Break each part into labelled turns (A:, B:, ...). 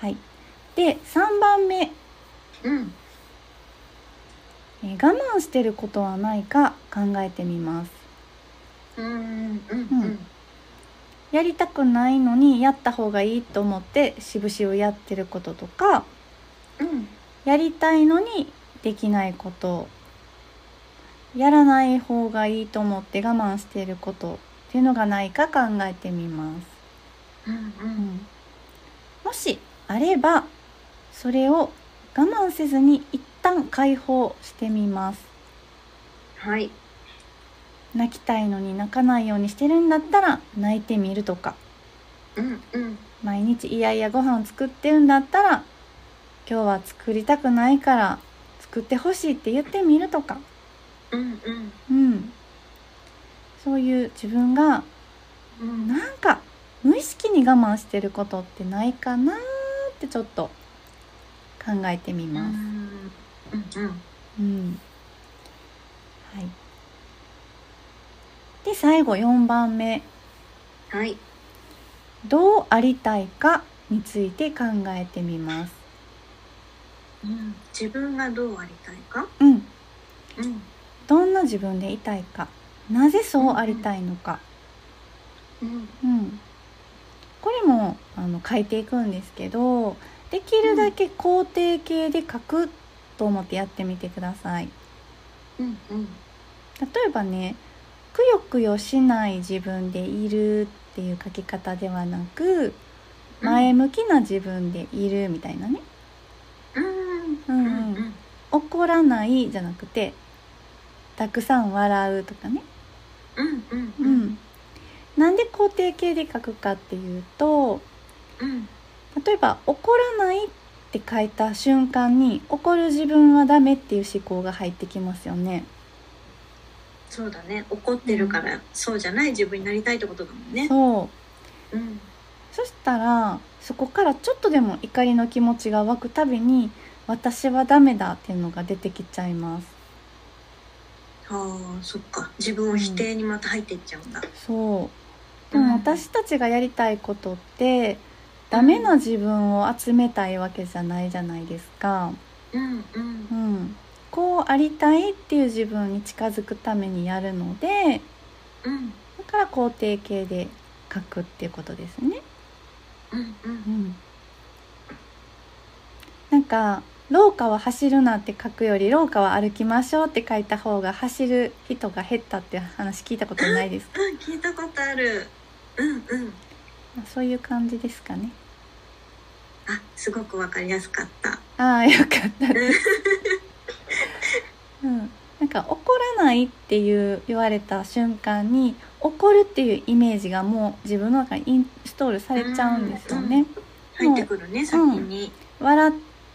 A: はい、で3番目、
B: うん。
A: えー我慢してることはないか考えてみます
B: うんうんうん
A: やりたくないのにやった方がいいと思ってしぶしぶやってることとか
B: うん
A: やりたいのにできないことやらない方がいいと思って我慢していることっていうのがないか考えてみます
B: うんう
A: うんんもしあればそれを我慢せずに一旦解放してみます
B: はい
A: 泣きたいのに泣かないようにしてるんだったら泣いてみるとか
B: うんうん
A: 毎日いやいやご飯作ってるんだったら今日は作りたくないから作ってほしいって言ってみるとか
B: うんうん
A: うんそういう自分が
B: うん
A: なんか無意識に我慢してることってないかなーってちょっと考えてみ
B: うんう
A: ます。
B: んうん
A: うんはい、で最後4番目
B: はい
A: 「どうありたいか」について考えてみます。
B: うん自分がどうありたいか
A: うん、
B: うん
A: どんな自分でいたいかなぜそうありたいのか、
B: うん
A: うん、これもあの書いていくんですけどできるだけ肯定形で書くと思ってやってみてください。
B: うんうん
A: 例えばねくよくよしない自分でいるっていう書き方ではなく前向きな自分でいるみたいなね
B: うん
A: う
B: うんん
A: う
B: うんん
A: 怒らないじゃなくてたくさん笑うとかね
B: うんうんう
A: う
B: ん
A: んなんで肯定形で書くかっていうと
B: うん
A: 例えば怒らないって書いた瞬間に怒る自分はダメっていう思考が入ってきますよね
B: そうだね怒ってるからそうじゃない自分になりたいってことだもんね
A: そう
B: うん
A: そしたらそこからちょっとでも怒りの気持ちが湧くたびに私はダメだっていうのが出てきちゃいます
B: ああそっか自分を否定にまた入っていっちゃうんだ、
A: そうでも私たちがやりたいことって、ダメな自分を集めたいわけじゃないじゃないですか、
B: うんうん
A: うん、こうありたいっていう自分に近づくためにやるので
B: うん
A: だから肯定形で書くっていうことですね。
B: うんうん
A: うん、なんか「廊下は走るな」って書くより「廊下は歩きましょう」って書いた方が走る人が減ったっていう話聞いたことないですか
B: うん聞いたことあるうんうん
A: まあそういう感じですかね。
B: あすごくわかりやすかった
A: ああよかったです。うん、なんか怒らないっていう言われた瞬間に怒るっていうイメージがもう自分の中にインストールされちゃうんですよね。
B: 入ってくるね先に、
A: 笑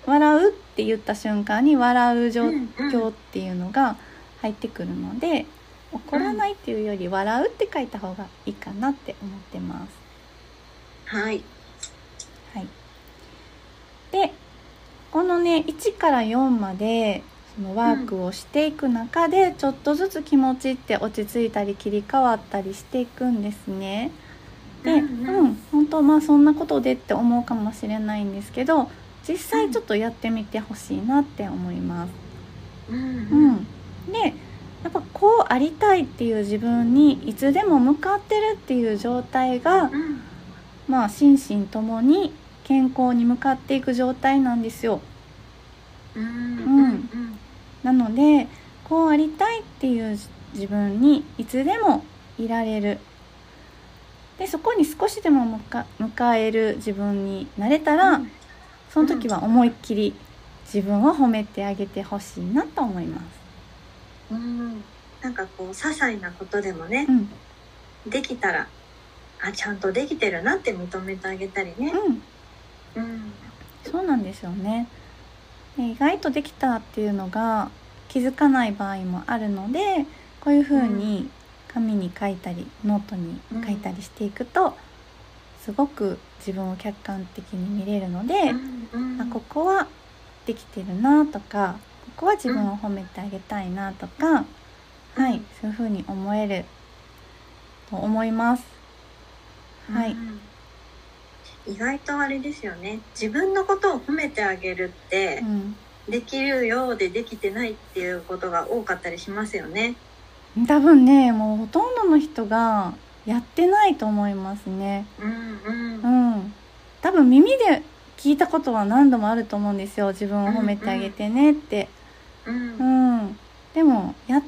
A: 笑うって言った瞬間に笑う
B: う
A: 状
B: んうん
A: 況っていうのが入ってくるので、怒らないっていうより笑うって書いた方がいいかなって思ってます。
B: はい
A: はい、でこのね1から4までそのワークをしていく中で、ちょっとずつ気持ちって落ち着いたり切り替わったりしていくんですね。
B: う
A: で、う
B: んんうん
A: 本当まあそんなことでって思うかもしれないんですけど実際ちょっとやってみてほしいなって思います。
B: うん
A: う
B: うん
A: ん、でやっぱこうありたいっていう自分にいつでも向かってるっていう状態が
B: う、ん
A: まあ、心身ともに健康に向かっていく状態なんですよ。
B: うんうん
A: なのでこうありたいっていう自分にいつでもいられるでそこに少しでも向か迎える自分になれたら、
B: うん
A: その時は思いっきり自分を褒めてあげてほしいなと思います。
B: うんなんかこう些細なことでもね
A: う、ん、
B: できたらあちゃんとできてるなって認めてあげたりね、
A: うん、
B: うん、
A: そうなんですよねで意外とできたっていうのが気づかない場合もあるのでこういう風に紙に書いたりノートに書いたりしていくとすごく自分を客観的に見れるので、
B: うん
A: あここはできてるなとかここは自分を褒めてあげたいなとか、はいそういう風に思えると思います。はい、
B: うん意外とあれですよね自分のことを褒めてあげるって
A: う、ん
B: できるようでできてないっていうことが多かったりしますよね
A: 多分ねもうほとんどの人がやってないと思いますね
B: うんうん
A: うん多分耳で聞いたことは何度もあると思うんですよ自分を褒めてあげてねって
B: う
A: うんん、でもやっ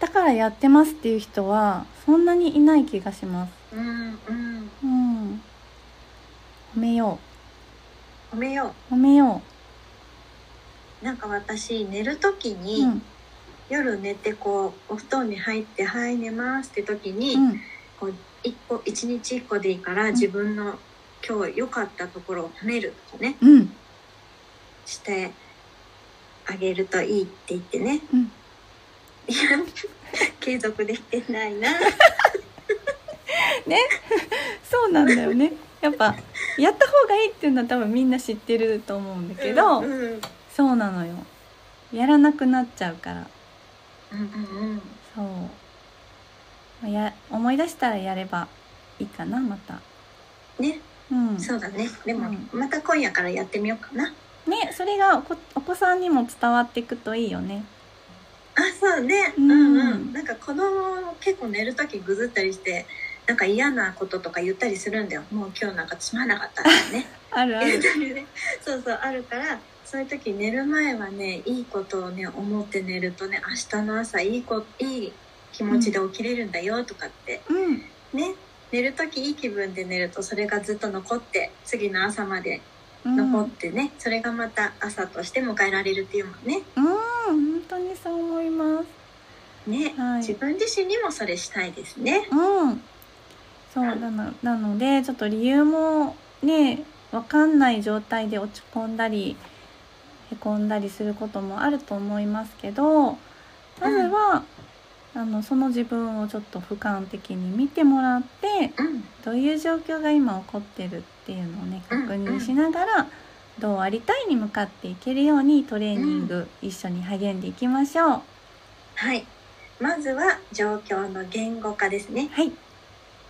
A: たからやってますっていう人はそんなにいない気がします
B: うんうん
A: うん褒めよ
B: 褒めよ
A: う褒めよ
B: うなんか私寝る時
A: う
B: に、
A: うん
B: 夜寝てこうお布団に入って「はい寝ます」って時に、
A: うん
B: こう一個一日一個でいいから自分の今日良かったところを褒めるとかね
A: うん
B: してあげるといいって言ってね
A: うん
B: いや継続できてないな
A: そうなんだよねやっぱやった方がいいっていうのは多分みんな知ってると思うんだけど、
B: うんうん
A: そうなのよやらなくなっちゃうから
B: うん
A: そうまあや思い出したらやればいいかなまた
B: うんね
A: うん
B: そうだねでも
A: うん
B: また今夜からやってみようかな
A: ねそれがお子お子さんにも伝わっていくといいよね
B: あそうね
A: う
B: うんんうんなんか子供結構寝る時ぐずったりしてなんか嫌なこととか言ったりするんだよもう今日なんかつまらなかったんだよ ね
A: あるあ
B: 言っ
A: る
B: たりねそうそうあるからそういう時寝る前はねいいことをね思って寝るとね明日の朝いいこいい気持ちで起きれるんだよとかって
A: うん
B: ね寝る時いい気分で寝るとそれがずっと残って次の朝まで
A: うん、う
B: 残っ
A: ん、
B: てね、それがまた朝として迎えられるっていうもんね
A: 本当にそう思います
B: ね、
A: はい
B: 自分自身にもそれしたいですね。
A: うんそうなのなのでちょっと理由もねわかんない状態で落ち込んだりへこんだりすることもあると思いますけどまずは、あのその自分をちょっと俯瞰的に見てもらって
B: うん
A: どういう状況が今起こってるっていうのをね
B: うんうん
A: 確認しながらどうありたいに向かっていけるようにトレーニング一緒に励んでいきましょう。
B: はいまずは状況の言語化ですね
A: はい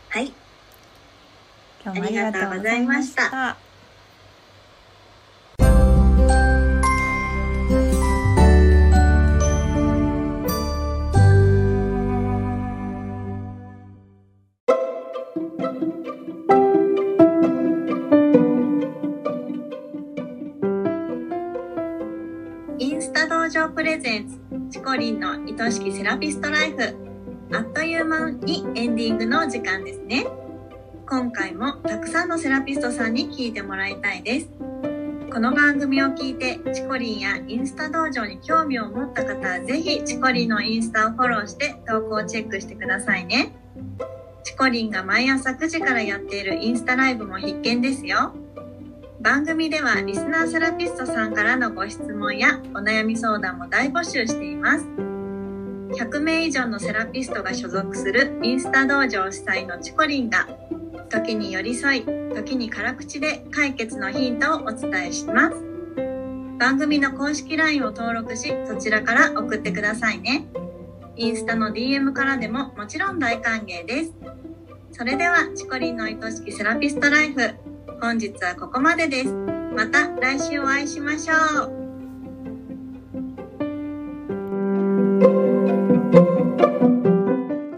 B: はい
A: 今日もありがとう
B: ありがとう
A: ございまし。
B: ございましたインスタ道場プレゼンツチコリンの愛しきセラピストライフあっという間にエンディングの時間ですね今回もたくさんのセラピストさんに聞いてもらいたいですこの番組を聞いてチコリンやインスタ道場に興味を持った方はぜひチコリンのインスタをフォローして投稿をチェックしてくださいねチコリンが毎朝9時からやっているインスタライブも必見ですよ番組ではリスナーセラピストさんからのご質問やお悩み相談も大募集しています100名以上のセラピストが所属するインスタ道場主催のチコリンが時に寄り添い時に辛口で解決のヒントをお伝えします番組の公式 LINE を登録しそちらから送ってくださいねインスタの DM からでももちろん大歓迎ですそれではチコリンの愛しきセラピストライフ本日はここまでです。また来週お会いしましょう。